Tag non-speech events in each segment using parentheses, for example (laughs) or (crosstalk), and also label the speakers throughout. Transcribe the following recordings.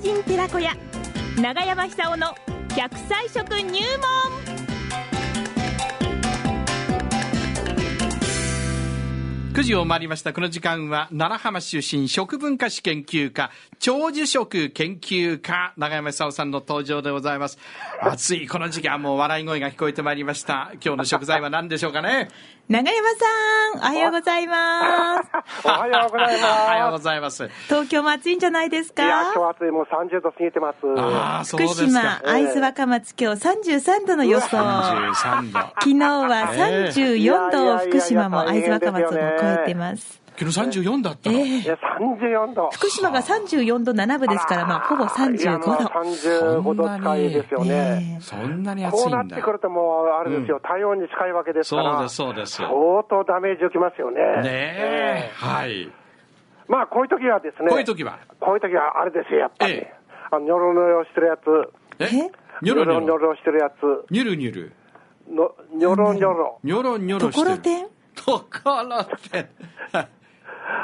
Speaker 1: 人寺子屋長山久夫の100歳食入門
Speaker 2: 9時を回りましたこの時間は奈良浜出身食文化史研究家長寿食研究家永山久夫さんの登場でございます暑いこの時期はもう笑い声が聞こえてまいりました今日の食材は何でしょうかね
Speaker 1: 長山さんおはようございます
Speaker 3: おはようございます。
Speaker 2: おはようございます
Speaker 1: 東京も暑いんじゃないです
Speaker 3: いや、
Speaker 1: か
Speaker 3: 今日暑い、もう30度過ぎてます。
Speaker 2: ああそうで
Speaker 1: 福
Speaker 2: す
Speaker 1: 島
Speaker 2: か
Speaker 1: 会津若松今日33度の予想
Speaker 2: 33度
Speaker 1: 昨日は34度を福島も会津若松も超えてます
Speaker 2: 昨日34だったの、
Speaker 1: ええ
Speaker 3: いや、34度。
Speaker 1: 福島が34度7分ですから、まあ、ほぼ
Speaker 3: いや
Speaker 1: 35
Speaker 3: もう
Speaker 1: 度。
Speaker 3: 35度近いですよね。
Speaker 1: ね
Speaker 2: そんなに暑
Speaker 3: こ
Speaker 2: い
Speaker 3: うんな
Speaker 2: だ
Speaker 3: ってくるともう、あれですよ、体温に近いわけです
Speaker 2: そ
Speaker 3: か
Speaker 2: うで
Speaker 3: ら、
Speaker 2: すそうです
Speaker 3: 相当ダメージをきますよね。
Speaker 2: ねえはい
Speaker 3: まあ、こういう時はですね、
Speaker 2: こういう時は
Speaker 3: こういう時はあれですよ、やっぱり
Speaker 2: ええ。
Speaker 3: あの、ニョロニョロしてるやつ、
Speaker 2: え
Speaker 1: え
Speaker 2: ニョロニ
Speaker 3: ニ
Speaker 2: ョロ
Speaker 3: ョロしてるやつ、
Speaker 2: ニュルニュル
Speaker 3: のニョロニョロ。
Speaker 2: ニョロニョ
Speaker 1: え
Speaker 2: ロ
Speaker 1: と
Speaker 2: して
Speaker 1: こ
Speaker 2: る
Speaker 1: ろてん
Speaker 2: ところ
Speaker 3: (laughs)
Speaker 2: てん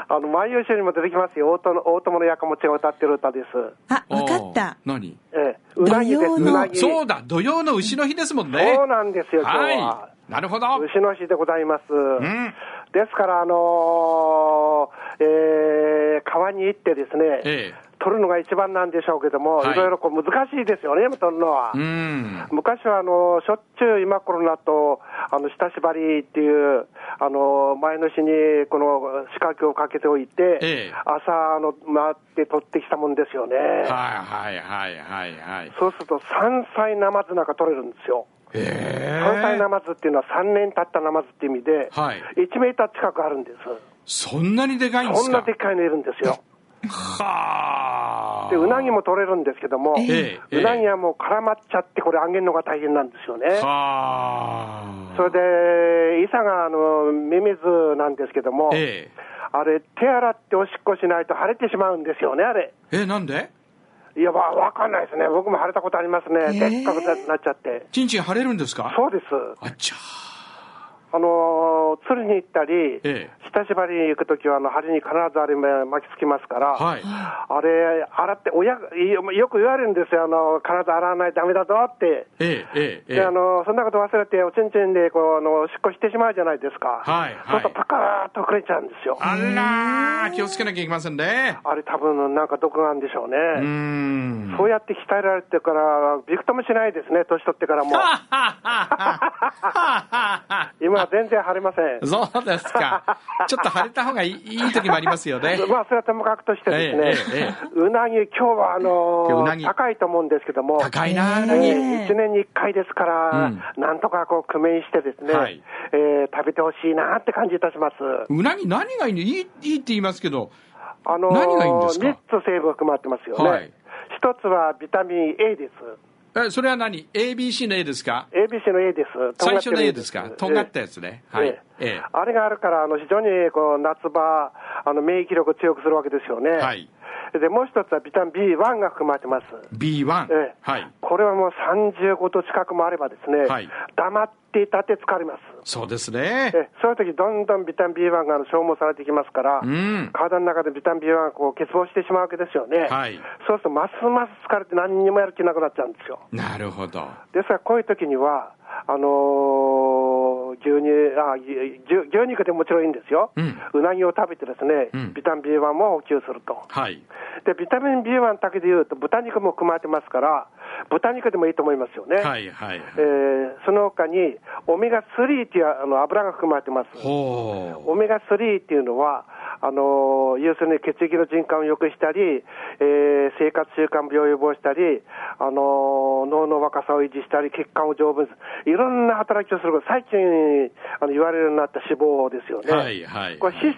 Speaker 3: あの、万葉集にも出てきますよ、大友大友のやかもちが歌ってる歌です。
Speaker 1: あ、わかった。
Speaker 2: おー何
Speaker 3: ええ、うなぎで
Speaker 1: 土
Speaker 3: す、
Speaker 1: 用の
Speaker 3: うなぎ。
Speaker 2: そうだ、土曜の牛の日ですもんね。
Speaker 3: そうなんですよ、今日は。
Speaker 2: はい。なるほど。
Speaker 3: 牛の日でございます。
Speaker 2: ん
Speaker 3: ですから、あのーえー川に行ってです
Speaker 2: ええ。
Speaker 3: ね、取るのが一番なんでしょうけども、
Speaker 2: はい
Speaker 3: い、ろいろこう難しいですよね、取るのは。
Speaker 2: うん。
Speaker 3: 昔はあのーしょっちゅう今コロナとあの下縛りっていう、あのー前の日にこの仕掛けをかけておいて、
Speaker 2: ええ
Speaker 3: 朝あの回って取ってきたもんですよね。
Speaker 2: はいはいはいはいはい。
Speaker 3: そうすると、山菜ナマズなんか取れるんですよ。
Speaker 2: え
Speaker 3: 山菜
Speaker 2: え
Speaker 3: ナマズっていうのは3年経ったナマズっていう意味で、
Speaker 2: はい
Speaker 3: 1メーター近くあるんです。
Speaker 2: そんなにでかいんで
Speaker 3: そ
Speaker 2: す
Speaker 3: んな
Speaker 2: か
Speaker 3: でっかいのいるんですよ。
Speaker 2: はあ。
Speaker 3: で、うなぎも取れるんですけども、
Speaker 2: ええ
Speaker 3: うなぎはもう絡まっちゃって、これ、あげるのが大変なんですよね。
Speaker 2: はあ。
Speaker 3: それで、イサがあのミミズなんですけども、
Speaker 2: え
Speaker 3: あれ、手洗っておしっこしないと腫れてしまうんですよね、あれ。
Speaker 2: え。え、なんで
Speaker 3: いや、わわかんないですね、僕も腫れたことありますね、
Speaker 1: ええ
Speaker 3: でっかくなっちゃって。
Speaker 2: ちんちん腫れるんですか
Speaker 3: そうです。
Speaker 2: あっちゃ
Speaker 3: あのー釣りに行ったり、
Speaker 2: ええ
Speaker 3: 下縛りに行くときは、あの、針に必ずあれ巻きつきますから、
Speaker 2: ー。はい。
Speaker 3: あれ、洗って、親が、いよく言われるんですよ、あの、体洗わないとダメだぞって。
Speaker 2: ええ、ええ、え
Speaker 3: で、あの、そんなこと忘れて、おちんちんで、こう、あの、おしっこしてしまうじゃないですか。
Speaker 2: はいはい
Speaker 3: そうすると、パカーッとくれちゃうんですよ。あ
Speaker 2: あらー、気をつけなきゃいけませんね。
Speaker 3: れ、多分、なんか毒があるんでしょう
Speaker 2: うー
Speaker 3: ね。
Speaker 2: ん。
Speaker 3: (laughs) そうやって鍛えられてから、びくともしないですね、年取ってからも。今は全然腫れません。
Speaker 2: そうですか。ちょっと腫れた方がいいいい時もありますよね。
Speaker 3: (laughs) まあ、それはともかくとしてです
Speaker 2: ええええ
Speaker 3: ね、うなぎ、今日はあ
Speaker 2: う
Speaker 3: の
Speaker 2: なぎ
Speaker 3: 高いと思うんですけども、
Speaker 2: 高いな、うな
Speaker 3: え
Speaker 2: ぎ
Speaker 1: え
Speaker 3: ー一年に一回ですから、
Speaker 2: う
Speaker 3: なんとかこう、工面してですね、
Speaker 2: はい
Speaker 3: えー食べてほしいなって感じいたします。
Speaker 2: うなぎ何がいいのいいいいって言いますけど、
Speaker 3: あの
Speaker 2: 何がいいんですか
Speaker 3: 3つ成分が含まれてますよ
Speaker 2: はい
Speaker 3: ね。一、つはビタミン A です。
Speaker 2: えそれは何 ?ABC の A ですか
Speaker 3: ABC の A です。
Speaker 2: 最
Speaker 3: 尖って
Speaker 2: 初
Speaker 3: る
Speaker 2: の A ですかとんがったやつね。
Speaker 3: ええ
Speaker 2: はい
Speaker 3: え。え
Speaker 2: え
Speaker 3: あれがあるから、あの非常にこう夏場、あの免疫力を強くするわけですよね。
Speaker 2: はい
Speaker 3: でもう一つはビタミン B1 が含まれてます。
Speaker 2: え B1
Speaker 3: ええ。
Speaker 2: はい。
Speaker 3: これはもう35度近くもあればですね、
Speaker 2: はい
Speaker 3: 黙っていたって疲れます。
Speaker 2: そうですね。
Speaker 3: えそういう時どんどんビタミン B1 が消耗されていきますから、
Speaker 2: ん
Speaker 3: 体の中でビタミン B1 がこう欠乏してしまうわけですよね、
Speaker 2: はい
Speaker 3: そうするとますます疲れて何にもやる気なくなっちゃうんですよ。
Speaker 2: なるほど。
Speaker 3: ですからこういう時には、あのー牛乳あ牛牛牛肉でもちろんいいんですよ、
Speaker 2: うん
Speaker 3: なぎを食べてですね、
Speaker 2: うん
Speaker 3: ビタミン B1 も補給すると。
Speaker 2: はい。
Speaker 3: で、ビタミン B1 だけでいうと、豚肉も含まれてますから、豚肉でもいいと思いますよね。
Speaker 2: はいはいはい。
Speaker 3: えーその他に、オメガ3っていうあの油が含まれてます。
Speaker 2: ほ
Speaker 3: オメガ3っていうのは、あの要するに血液の循環を良くしたり、えー生活習慣病を予防したり、あの脳の若さを維持したり、血管を丈夫にする、いろんな働きをすること、最近あの言われるようになった脂肪ですよ
Speaker 2: う。
Speaker 3: ね。
Speaker 2: はいはい。
Speaker 3: これ脂質、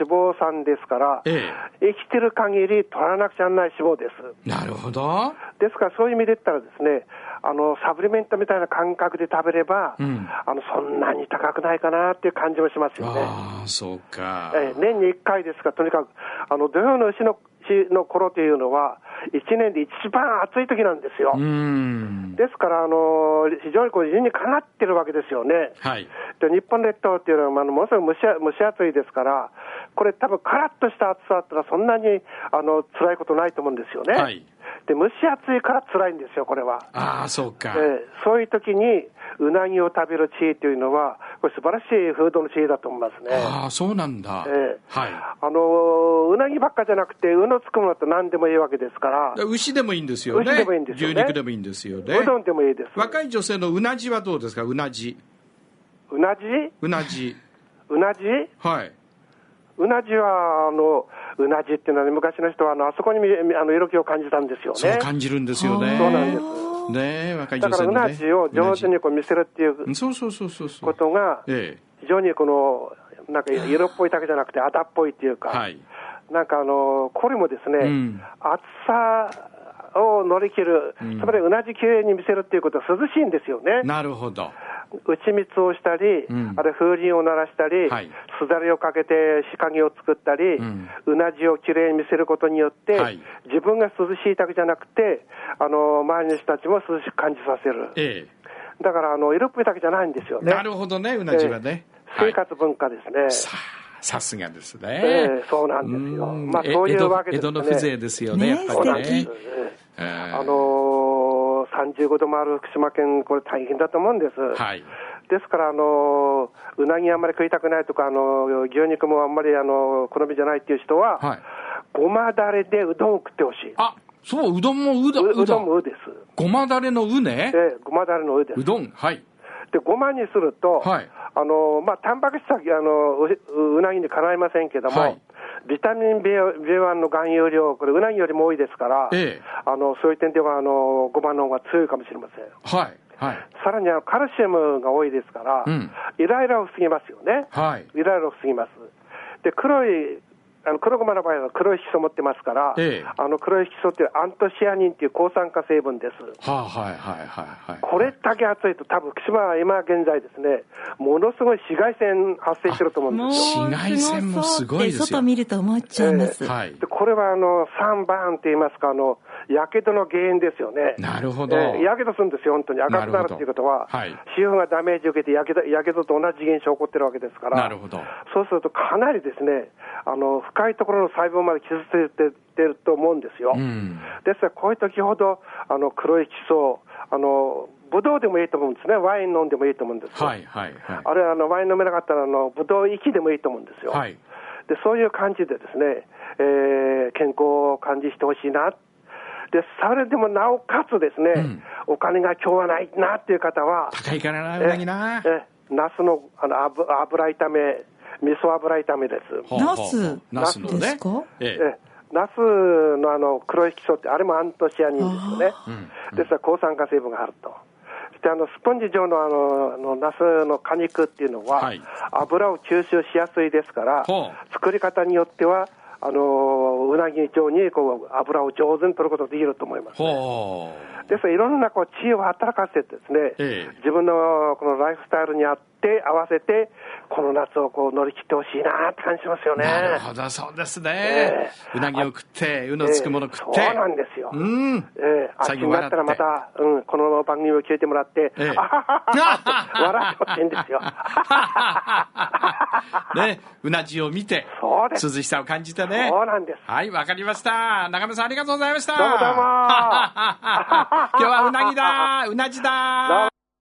Speaker 3: 脂肪酸ですから、
Speaker 2: え
Speaker 3: 生きてる限り取らなくちゃならない脂肪です。
Speaker 2: なるほど。
Speaker 3: ですから、そういう意味で言ったらですね、あの、サプリメントみたいな感覚で食べれば、
Speaker 2: うん
Speaker 3: あの、そんなに高くないかなっていう感じもしますよね。
Speaker 2: ああ、そうか。
Speaker 3: ええ年に1回ですが、とにかく、あの、土曜の牛の日の頃というのは、1年で一番暑い時なんですよ。
Speaker 2: うーん。
Speaker 3: ですから、あの、非常にこう、理にかなってるわけですよね。
Speaker 2: はい。
Speaker 3: で日本列島っていうのは、まああの、ものすごい蒸し蒸し暑いですから、これ、多分カラッとした暑さだったら、そんなにあの辛いことないと思うんですよね。
Speaker 2: はい
Speaker 3: で、蒸し暑いから辛いんですよ、これは。
Speaker 2: ああ、そうか。
Speaker 3: えーそういう時に、うなぎを食べる地位というのは、これ素晴らしいフードの地位だと思いますね。
Speaker 2: ああ、そうなんだ。
Speaker 3: ええ
Speaker 2: は
Speaker 3: あのーうなぎばっかじゃなくて、うのつくものだと何でもいいわけですから
Speaker 2: い。、牛でもいいんですよね。
Speaker 3: 牛でもいいんですよね
Speaker 2: 牛肉でもいいんですよね。
Speaker 3: うどんでもいいです。
Speaker 2: 若い女性のうなじはどうですかうなじ。
Speaker 3: うなじ
Speaker 2: うなじ。
Speaker 3: うなじ
Speaker 2: はい。
Speaker 3: うなじは、あの、うなじっていうのはね、昔の人は、あの、あそこにみあの色気を感じたんですよ
Speaker 2: そう
Speaker 3: ね。
Speaker 2: 感じるんですよね。
Speaker 3: そうなんです。
Speaker 2: ねえ、若い
Speaker 3: だ
Speaker 2: 女
Speaker 3: か
Speaker 2: 性
Speaker 3: ら、う
Speaker 2: の、ね。
Speaker 3: なじを上手にこう見せるっていう
Speaker 2: うなじ。そうそうそうそうそう。
Speaker 3: ことが、
Speaker 2: え
Speaker 3: 非常にこの、なんか色っぽいだけじゃなくて、あだっぽいっていう
Speaker 2: え。
Speaker 3: か、
Speaker 2: はい。
Speaker 3: なんかあの、これもですね、
Speaker 2: うん
Speaker 3: 暑さを乗り切る、
Speaker 2: ん
Speaker 3: つまり同じきれいに見せるっていうことは涼しいんですよね。
Speaker 2: なるほど。
Speaker 3: 打ち蜜をしたり、
Speaker 2: うん
Speaker 3: あるいは風鈴を鳴らしたり、
Speaker 2: はい
Speaker 3: すだれをかけて仕掛けを作ったり、
Speaker 2: うん
Speaker 3: うなじをきれいに見せることによって、
Speaker 2: はい
Speaker 3: 自分が涼しいだけじゃなくて、あの、周りの人たちも涼しく感じさせる。
Speaker 2: え
Speaker 3: だから、あの、色っぽいだけじゃないんですよ
Speaker 2: え。
Speaker 3: ね。
Speaker 2: なるほどね、うなじはね。は
Speaker 3: 生
Speaker 2: い。
Speaker 3: 活文化ですね。
Speaker 2: さあさすがですね。
Speaker 3: ええそうなん
Speaker 2: う
Speaker 3: ですよ。
Speaker 2: ん
Speaker 3: まあ、
Speaker 2: え
Speaker 3: そうい
Speaker 2: 江戸
Speaker 3: うわけです
Speaker 2: 江
Speaker 3: ね。
Speaker 2: 戸の風情ですよね、
Speaker 1: ね
Speaker 2: やっ
Speaker 1: 素
Speaker 2: ぱ
Speaker 3: そう
Speaker 2: り
Speaker 3: なんです
Speaker 2: ね
Speaker 3: よ。ね。
Speaker 2: ええ
Speaker 3: あのー、35度もある福島県、これ大変だと思うんです。
Speaker 2: はい。
Speaker 3: ですから、あのーうなぎあんまり食いたくないとか、あのー牛肉もあんまり、あのー好みじゃないっていう人は、
Speaker 2: はい
Speaker 3: ごまだれでうどんを食ってほしい。
Speaker 2: あ、そう、うどんもうだ、
Speaker 3: う
Speaker 2: う
Speaker 3: う
Speaker 2: だ
Speaker 3: どん。もうです。
Speaker 2: ごまだれのうね
Speaker 3: え。えごまだれのうです
Speaker 2: う。どん。はい。
Speaker 3: で、ごまにすると、
Speaker 2: はい
Speaker 3: あのーまあ、タンパク質は、あのーううなぎにかないませんけども、
Speaker 2: はい
Speaker 3: ビタミン B- B1 の含有量、これ、うなぎよりも多いですから、
Speaker 2: ええ
Speaker 3: あのそういう点ではあのー、ごまの方が強いかもしれません。
Speaker 2: はい。はい。
Speaker 3: さらにあのカルシウムが多いですから、
Speaker 2: うん
Speaker 3: イライラを防ぎますよね。
Speaker 2: はい。
Speaker 3: イライラを防ぎます。で、黒い、あの黒ごまの場合は黒い色素持ってますから、
Speaker 2: ええ
Speaker 3: あの黒い色素っていうアントシアニンっていう抗酸化成分です。
Speaker 2: はあ、はいはいはいはい。
Speaker 3: これだけ暑いと、多分福島は今現在ですね、ものすごい紫外線発生してると思うん
Speaker 1: も
Speaker 3: で
Speaker 1: う、
Speaker 3: すよ。
Speaker 2: 紫外線もすごいですよ
Speaker 1: そうって外見ると思っちゃいます。
Speaker 2: はい
Speaker 3: で。これはあの3番って言いますか、あのやけどの原因ですよね。
Speaker 2: なるほど。
Speaker 3: えやけどするんですよ、本当に。赤くなるっていうことは、
Speaker 2: なるほどはい
Speaker 3: 皮膚がダメージ受けてやけど、やけどと同じ現象起こってるわけですから。
Speaker 2: なるほど。
Speaker 3: そうすると、かなりですね、あの深いところの細胞まで傷ついててると思うんですよ。
Speaker 2: うん。
Speaker 3: ですから、こういう時ほど、あの黒い基礎、あのブドウでもいいと思うんですね、ワイン飲んでもいいと思うんですよ。
Speaker 2: はいはいはい。
Speaker 3: あるいはあのワイン飲めなかったら、あのブドウ息でもいいと思うんですよ。
Speaker 2: はい。
Speaker 3: でそういう感じでですね、えー健康を感じしてほしいな。で、それでもなおかつですね、お金が今日はないなっていう方は、
Speaker 2: 高いからな、うなぎな。
Speaker 3: え、ナスのあの油油炒め、味噌油炒めです。
Speaker 2: ほうほうほう
Speaker 1: ナス
Speaker 2: ナスの
Speaker 1: で
Speaker 2: ね
Speaker 1: すか。
Speaker 2: ええ。
Speaker 3: えナスのあの黒い色素って、あれもアントシアニンですよね。ですから抗酸化成分があると。そしてあのスポンジ状のあのあのナスの果肉っていうのは、
Speaker 2: はい
Speaker 3: 油を吸収しやすいですから
Speaker 2: ほ、
Speaker 3: 作り方によっては、あのうなぎ状にこう油を上手に取ることができると思います。
Speaker 2: ほう。
Speaker 3: ですからいろんなこう知恵を働かせてですね、
Speaker 2: ええ
Speaker 3: 自分のこのライフスタイルに合って合わせて、この夏をこう乗り切ってほしいなって感じしますよね。
Speaker 2: なるほど、そうですね
Speaker 3: え。
Speaker 2: うなぎを食って、うのつくもの食って。
Speaker 3: ええそうなんですよ。
Speaker 2: うん。
Speaker 3: ええ
Speaker 2: 最
Speaker 3: 秋
Speaker 2: 後
Speaker 3: になったらまた、うん、この番組を聞いてもらって、
Speaker 2: ええ
Speaker 3: あはははは (laughs) 笑ってほしいんですよ。
Speaker 2: ね、うなじを見て、
Speaker 3: そうです。
Speaker 2: 涼しさを感じて (laughs) ね。
Speaker 3: そうなんです。
Speaker 2: はい、わかりました。中 (laughs) 村さん、ありがとうございました。
Speaker 3: どうもどうも
Speaker 2: 今日はうなぎだ、うなじだ。